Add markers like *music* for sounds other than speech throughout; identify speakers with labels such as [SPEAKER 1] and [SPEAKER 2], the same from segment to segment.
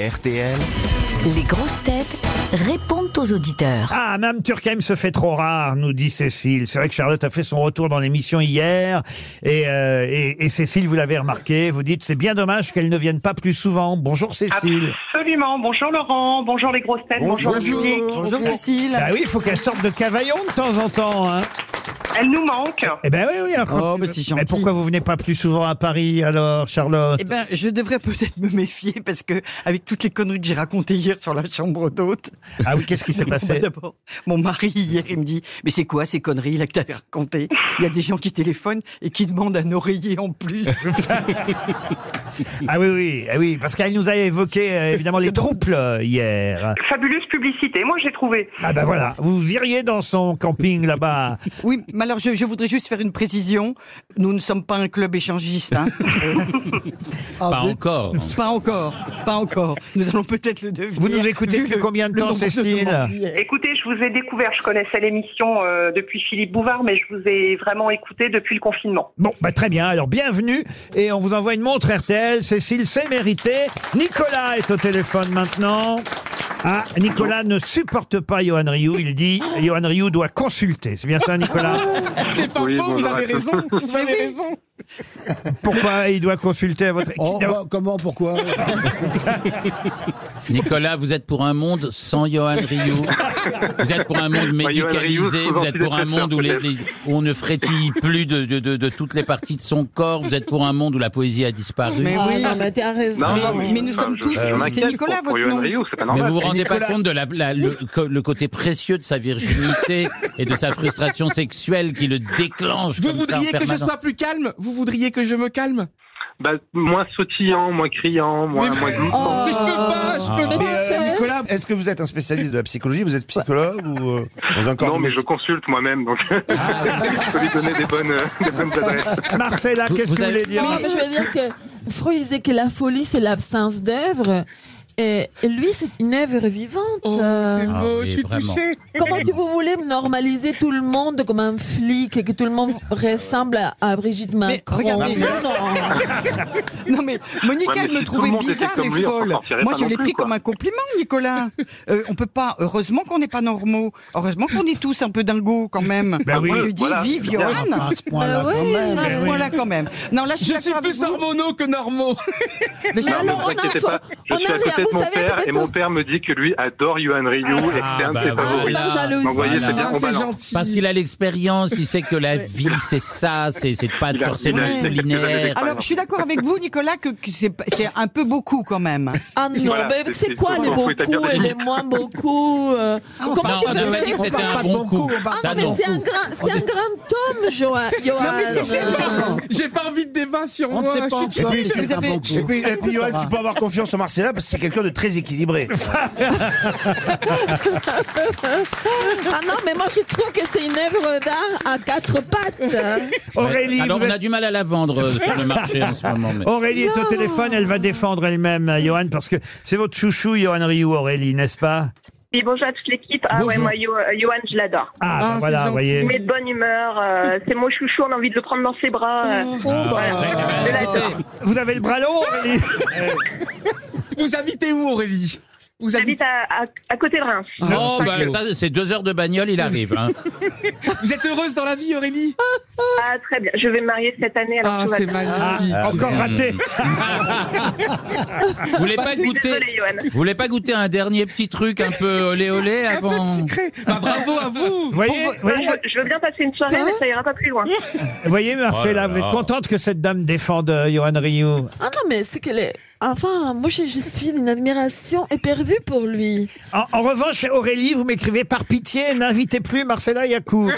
[SPEAKER 1] RTL.
[SPEAKER 2] Les grosses têtes répondent aux auditeurs.
[SPEAKER 3] Ah, Mme Turckheim se fait trop rare, nous dit Cécile. C'est vrai que Charlotte a fait son retour dans l'émission hier. Et, euh, et- et Cécile, vous l'avez remarqué, vous dites c'est bien dommage qu'elle ne vienne pas plus souvent. Bonjour
[SPEAKER 4] Ah.
[SPEAKER 3] Cécile.
[SPEAKER 5] Absolument. Bonjour Laurent, bonjour les grosses têtes, bonjour, le public.
[SPEAKER 4] Cécile.
[SPEAKER 3] Bah oui, il faut qu'elle sorte de Cavaillon de temps en temps. Hein.
[SPEAKER 5] Elle nous manque.
[SPEAKER 3] Eh ben oui, oui. alors quand-
[SPEAKER 4] Oh, mais c'est
[SPEAKER 3] Mais
[SPEAKER 4] gentil.
[SPEAKER 3] pourquoi vous venez pas plus souvent à Paris alors, Charlotte
[SPEAKER 4] Eh ben, je devrais peut-être me méfier parce que avec toutes les conneries que j'ai racontées hier sur la chambre d'hôte.
[SPEAKER 3] Ah oui, qu'est-ce qui
[SPEAKER 4] *laughs*
[SPEAKER 3] s'est
[SPEAKER 4] Bon, bah,
[SPEAKER 3] passé
[SPEAKER 4] D'abord, mon mari hier, il me dit "Mais c'est quoi ces conneries là que t'as racontées Il y a des gens qui téléphonent et qui demandent un oreiller en plus."
[SPEAKER 3] Ah oui, oui, ah oui, parce qu'elle nous a évoqué
[SPEAKER 4] *laughs*
[SPEAKER 3] euh, évidemment les troubles euh, hier.
[SPEAKER 5] Fabuleuse publicité, moi j'ai trouvé.
[SPEAKER 3] Ah ben voilà, vous iriez dans son camping là-bas.
[SPEAKER 4] oui, mais alors je, je voudrais juste faire une précision. Nous ne sommes pas un club échangiste. Hein.
[SPEAKER 3] Ah,
[SPEAKER 6] Pas encore.
[SPEAKER 4] pas encore, pas encore. Nous allons peut-être le devenir.
[SPEAKER 3] Vous nous écoutez
[SPEAKER 4] vu
[SPEAKER 3] depuis
[SPEAKER 4] le-
[SPEAKER 3] combien de
[SPEAKER 4] le
[SPEAKER 3] temps,
[SPEAKER 4] nombre
[SPEAKER 3] Cécile
[SPEAKER 4] demandes hier.
[SPEAKER 5] Écoutez, je vous ai découvert, je connaissais l'émission euh, depuis Philippe Bouvard, mais je vous ai vraiment écouté depuis le confinement.
[SPEAKER 3] Bon, bah très bien, alors bienvenue et on vous envoie une montre RTL. Cécile, c'est mérité. Nicolas est au téléphone maintenant. Ah, Nicolas ne supporte pas Johan Rioux, il dit Johan Rioux doit consulter. C'est bien ça, Nicolas
[SPEAKER 7] C'est pas faux, vous avez raison. Vous avez raison.
[SPEAKER 3] Pourquoi il doit consulter à votre...
[SPEAKER 8] Oh, bah, comment, pourquoi
[SPEAKER 6] Nicolas, vous êtes pour un monde sans Johan Rioux. Vous êtes pour un monde
[SPEAKER 7] Bah, Johan Rioux,
[SPEAKER 6] médicalisé.
[SPEAKER 7] sous
[SPEAKER 6] Vous êtes pour un monde où, les-
[SPEAKER 7] ventilateur,
[SPEAKER 6] les- où on ne frétille plus de, de- de- de toutes les parties de son corps. Vous êtes pour un monde où la poésie a disparu.
[SPEAKER 4] Mais
[SPEAKER 6] Mais,
[SPEAKER 9] Ah,
[SPEAKER 4] oui.
[SPEAKER 9] non, mais t'as raison.
[SPEAKER 7] Non,
[SPEAKER 4] Mais-
[SPEAKER 7] non,
[SPEAKER 4] mais nous sommes
[SPEAKER 7] je-
[SPEAKER 4] tous-
[SPEAKER 7] je
[SPEAKER 4] c'est
[SPEAKER 7] m'inquiète
[SPEAKER 4] Nicolas,
[SPEAKER 7] pour, pour
[SPEAKER 4] votre
[SPEAKER 7] Johan
[SPEAKER 4] nom.
[SPEAKER 7] Rioux, c'est pas normal.
[SPEAKER 6] vous vous rendez
[SPEAKER 8] Nicolas-
[SPEAKER 6] pas compte de la, la- le, co- le côté précieux de sa virginité et de sa frustration sexuelle qui le déclenche
[SPEAKER 7] Vous
[SPEAKER 6] comme ça en
[SPEAKER 7] voudriez que je
[SPEAKER 6] permanence.
[SPEAKER 7] sois-
[SPEAKER 10] plus calme Vous voudriez que je me calme
[SPEAKER 7] Bah, moins sautillant, moins criant, moins,
[SPEAKER 10] Mais-
[SPEAKER 7] moins glissant.
[SPEAKER 9] Oh,
[SPEAKER 10] Mais je peux pas, je peux
[SPEAKER 9] mais
[SPEAKER 10] pas.
[SPEAKER 9] tu sais,
[SPEAKER 8] Nicolas, est-ce que vous êtes un spécialiste de la psychologie Vous êtes psychologue ou euh, dans un corps
[SPEAKER 7] Non,
[SPEAKER 8] de
[SPEAKER 7] mais je
[SPEAKER 8] métier
[SPEAKER 7] consulte moi-même, donc *laughs* je peux lui donner des bonnes, euh, des bonnes adresses.
[SPEAKER 3] Marcella,
[SPEAKER 6] Vous-
[SPEAKER 3] qu'est-ce que
[SPEAKER 6] vous
[SPEAKER 3] vous
[SPEAKER 6] avez-
[SPEAKER 3] voulez dire
[SPEAKER 9] non, mais je veux dire que Freud disait que la folie, c'est l'absence d'œuvre. Et lui, c'est une œuvre vivante.
[SPEAKER 10] Oh, c'est
[SPEAKER 9] Euh,
[SPEAKER 6] Ah,
[SPEAKER 10] beau, je
[SPEAKER 6] mais
[SPEAKER 10] suis
[SPEAKER 6] vraiment.
[SPEAKER 10] touché.
[SPEAKER 9] Comment tu vous voulez normaliser tout le monde comme un flic et que tout le monde ressemble à, à Brigitte Macron
[SPEAKER 4] regardez.
[SPEAKER 9] Non.
[SPEAKER 4] *laughs* Non mais Monica,
[SPEAKER 7] Ouais, mais
[SPEAKER 4] elle me
[SPEAKER 7] si tout
[SPEAKER 4] trouvait
[SPEAKER 7] le monde était
[SPEAKER 4] bizarre
[SPEAKER 7] comme
[SPEAKER 4] et
[SPEAKER 7] lui, on
[SPEAKER 4] folle.
[SPEAKER 7] s'en sortirait
[SPEAKER 4] Moi,
[SPEAKER 7] pas
[SPEAKER 4] je
[SPEAKER 7] non
[SPEAKER 4] l'ai
[SPEAKER 7] plus,
[SPEAKER 4] pris
[SPEAKER 7] quoi.
[SPEAKER 4] comme un compliment,
[SPEAKER 7] *laughs*
[SPEAKER 4] Nicolas. Euh, on peut pas. Heureusement qu'on n'est pas normaux. Heureusement qu'on est tous un peu dingos quand même.
[SPEAKER 10] Bah
[SPEAKER 3] Ben oui.
[SPEAKER 4] Je dis
[SPEAKER 7] Voilà.
[SPEAKER 4] vive
[SPEAKER 7] Bien.
[SPEAKER 4] Johan.
[SPEAKER 8] Ah, à ce point-là,
[SPEAKER 9] Bah
[SPEAKER 8] quand
[SPEAKER 9] oui.
[SPEAKER 8] même.
[SPEAKER 4] Ah,
[SPEAKER 3] oui.
[SPEAKER 4] voilà quand même. Non, là, je suis
[SPEAKER 10] Je suis
[SPEAKER 4] d'accord avec
[SPEAKER 10] plus
[SPEAKER 4] vous.
[SPEAKER 10] hormonaux que normaux.
[SPEAKER 4] Mais
[SPEAKER 7] Non,
[SPEAKER 4] ça-
[SPEAKER 7] mais
[SPEAKER 9] alors,
[SPEAKER 7] vous
[SPEAKER 9] on a-
[SPEAKER 7] inquiétez
[SPEAKER 9] faut-
[SPEAKER 7] pas, je
[SPEAKER 9] on
[SPEAKER 7] suis
[SPEAKER 9] a
[SPEAKER 7] à
[SPEAKER 9] rien,
[SPEAKER 7] côté de
[SPEAKER 9] vous
[SPEAKER 7] mon
[SPEAKER 9] savez,
[SPEAKER 7] père et
[SPEAKER 9] peut-être-
[SPEAKER 7] mon père me dit que lui adore Johan Rioux et que c'est un de ses
[SPEAKER 6] bah,
[SPEAKER 7] favoris.
[SPEAKER 9] voilà. jalousie.
[SPEAKER 7] Donc, vous voyez, c'est bien,
[SPEAKER 10] Ah,
[SPEAKER 7] on
[SPEAKER 10] c'est
[SPEAKER 7] balance.
[SPEAKER 10] gentil.
[SPEAKER 6] Parce qu'il a l'expérience, il sait que la vie, c'est ça, c'est c'est pas
[SPEAKER 7] Il a-
[SPEAKER 6] forcément
[SPEAKER 7] il a- il a quelques années
[SPEAKER 6] linéaire.
[SPEAKER 4] *laughs*
[SPEAKER 7] d'expérience.
[SPEAKER 4] Alors, je suis d'accord avec vous, Nicolas, que, que c'est pas- c'est un peu beaucoup quand même.
[SPEAKER 10] *laughs*
[SPEAKER 9] Ah non,
[SPEAKER 7] Voilà,
[SPEAKER 9] mais
[SPEAKER 7] c'est-
[SPEAKER 9] c'est
[SPEAKER 7] c'est
[SPEAKER 9] quoi
[SPEAKER 7] tout,
[SPEAKER 9] les
[SPEAKER 7] on peut établir
[SPEAKER 9] beaucoup
[SPEAKER 7] des
[SPEAKER 9] et les
[SPEAKER 7] limites.
[SPEAKER 9] moins beaucoup euh,
[SPEAKER 7] Ah,
[SPEAKER 9] Comment
[SPEAKER 6] Non,
[SPEAKER 9] tu
[SPEAKER 6] on
[SPEAKER 9] peux
[SPEAKER 6] n'a pas
[SPEAKER 9] faire
[SPEAKER 6] dit que
[SPEAKER 8] on
[SPEAKER 6] c'était
[SPEAKER 8] parle
[SPEAKER 6] un
[SPEAKER 8] pas de
[SPEAKER 6] bon
[SPEAKER 8] bon
[SPEAKER 6] coup.
[SPEAKER 8] coup, on parle
[SPEAKER 9] Ah
[SPEAKER 6] Ça,
[SPEAKER 9] non,
[SPEAKER 6] non.
[SPEAKER 9] mais c'est un grand, c'est un grand tome, Johan. Johan.
[SPEAKER 4] Non, mais c'est
[SPEAKER 9] Euh,
[SPEAKER 4] gênant.
[SPEAKER 10] J'ai pas envie de débat sur
[SPEAKER 8] On ne
[SPEAKER 10] moi.
[SPEAKER 8] sait
[SPEAKER 10] je
[SPEAKER 8] pas
[SPEAKER 10] suis
[SPEAKER 8] encore
[SPEAKER 10] touché.
[SPEAKER 8] si
[SPEAKER 4] vous
[SPEAKER 8] c'est un
[SPEAKER 4] avez-
[SPEAKER 8] bon
[SPEAKER 4] Et
[SPEAKER 8] coup. Et puis, et puis, Johan, tu peux avoir confiance en Marcella parce que c'est quelqu'un de très
[SPEAKER 7] *laughs*
[SPEAKER 8] équilibré.
[SPEAKER 9] Ah non, mais moi je trouve que c'est une œuvre d'art à quatre pattes. hein.
[SPEAKER 3] Aurélie,
[SPEAKER 6] Alors,
[SPEAKER 3] vous
[SPEAKER 6] Ah, on
[SPEAKER 3] êtes-
[SPEAKER 6] a du mal à la vendre euh, sur le marché en ce moment. mais-
[SPEAKER 3] Aurélie est au téléphone, elle va défendre elle-même, euh, Johan, parce que c'est votre chouchou, Johan Rioux, Aurélie, n'est-ce pas
[SPEAKER 11] Oui, bonjour à toute l'équipe. Ah ouais, moi, Yo- euh, Johan, je l'adore.
[SPEAKER 3] Ah, bah
[SPEAKER 10] c'est
[SPEAKER 3] voilà,
[SPEAKER 10] gentil.
[SPEAKER 3] vous voyez.
[SPEAKER 11] Il est de bonne humeur. euh, c'est mon chouchou, on a envie de le prendre dans ses bras. euh, je
[SPEAKER 6] euh,
[SPEAKER 11] l'adore.
[SPEAKER 3] Vous avez le bras long, Aurélie
[SPEAKER 10] Vous habitez où, Aurélie Vous habitez,
[SPEAKER 11] J'habite à, à, à côté de Reims.
[SPEAKER 6] Oh, bah, ça, c'est deux heures de bagnole, il arrive. hein.
[SPEAKER 10] vous êtes heureuse dans la vie, Aurélie
[SPEAKER 11] Ah, très bien. Je vais me marier cette année. Alors,
[SPEAKER 10] Ah,
[SPEAKER 11] tout va
[SPEAKER 10] c'est
[SPEAKER 11] bien.
[SPEAKER 3] Ah,
[SPEAKER 10] magnifique.
[SPEAKER 3] Encore raté
[SPEAKER 6] Vous voulez
[SPEAKER 10] Bah,
[SPEAKER 6] pas goûter
[SPEAKER 11] Désolée, Johan.
[SPEAKER 6] Vous voulez pas goûter un dernier petit truc un peu olé olé
[SPEAKER 10] Un peu
[SPEAKER 6] avant
[SPEAKER 10] sucré. Bah, bravo à vous.
[SPEAKER 3] Vous voyez, vous
[SPEAKER 11] Moi,
[SPEAKER 3] voyez,
[SPEAKER 11] je, je veux bien passer une soirée, mais ça ira pas plus loin.
[SPEAKER 3] vous voyez, Marcella,
[SPEAKER 6] là
[SPEAKER 3] vous êtes
[SPEAKER 6] là.
[SPEAKER 3] contente que cette dame défende euh, Johan Rioux
[SPEAKER 9] Ah non, mais c'est qu'elle est. Enfin, moi je, je suis d'une admiration éperdue pour lui.
[SPEAKER 3] en, en revanche, Aurélie, vous m'écrivez par pitié, n'invitez plus Marcella Yacoub.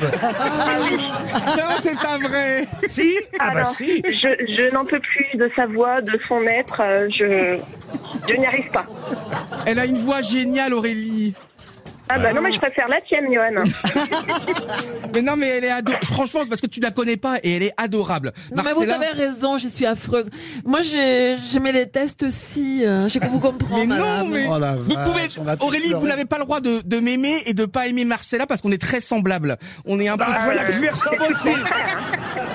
[SPEAKER 10] Non, c'est pas vrai.
[SPEAKER 3] si Ah bah
[SPEAKER 11] Alors,
[SPEAKER 3] si
[SPEAKER 11] je, je n'en peux plus de sa voix, de son être. euh, je je n'y arrive pas.
[SPEAKER 10] Elle a une voix géniale, Aurélie.
[SPEAKER 11] Ah bah non, mais je préfère la tienne,
[SPEAKER 3] *laughs*
[SPEAKER 11] Johan.
[SPEAKER 10] Mais non, mais elle est adorable. Franchement, c'est parce que tu la connais pas et elle est adorable.
[SPEAKER 9] Non, mais vous
[SPEAKER 10] Marcella-
[SPEAKER 9] avez raison, je suis affreuse. Moi je, je me déteste aussi. hein. Je vous comprends,
[SPEAKER 10] Mais non,
[SPEAKER 9] madame.
[SPEAKER 10] mais
[SPEAKER 8] Oh la
[SPEAKER 10] vous
[SPEAKER 8] vache,
[SPEAKER 10] pouvez,
[SPEAKER 8] on va tous
[SPEAKER 10] Aurélie, vous
[SPEAKER 8] pleurer.
[SPEAKER 10] n'avez pas le droit de, de m'aimer et de pas aimer Marcella parce qu'on est très semblables. On est un peu.
[SPEAKER 3] Ah, voilà que je lui ressemble aussi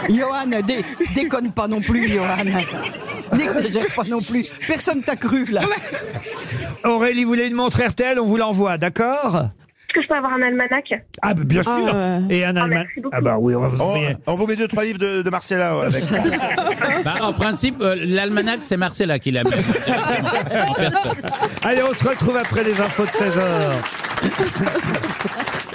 [SPEAKER 10] *laughs*
[SPEAKER 4] Johan, dé- déconne pas non plus, Johan. N'exagère pas non plus. Personne t'a cru, là.
[SPEAKER 3] Aurélie, vous voulez une montre RTL On vous l'envoie, d'accord
[SPEAKER 11] Est-ce que je peux avoir un almanach
[SPEAKER 3] Ah, bah, bien sûr
[SPEAKER 9] Ah, ouais.
[SPEAKER 3] Et un Allemand.
[SPEAKER 11] merci beaucoup.
[SPEAKER 3] Ah, bah oui, on va vous
[SPEAKER 8] On,
[SPEAKER 3] envoyer.
[SPEAKER 8] on vous met deux, trois livres de, de Marcella. ouais, Avec.
[SPEAKER 6] Bah, en principe, euh, l'almanach, c'est Marcella qui l'a mis.
[SPEAKER 10] *laughs*
[SPEAKER 3] Allez, on se retrouve après les infos de 16h.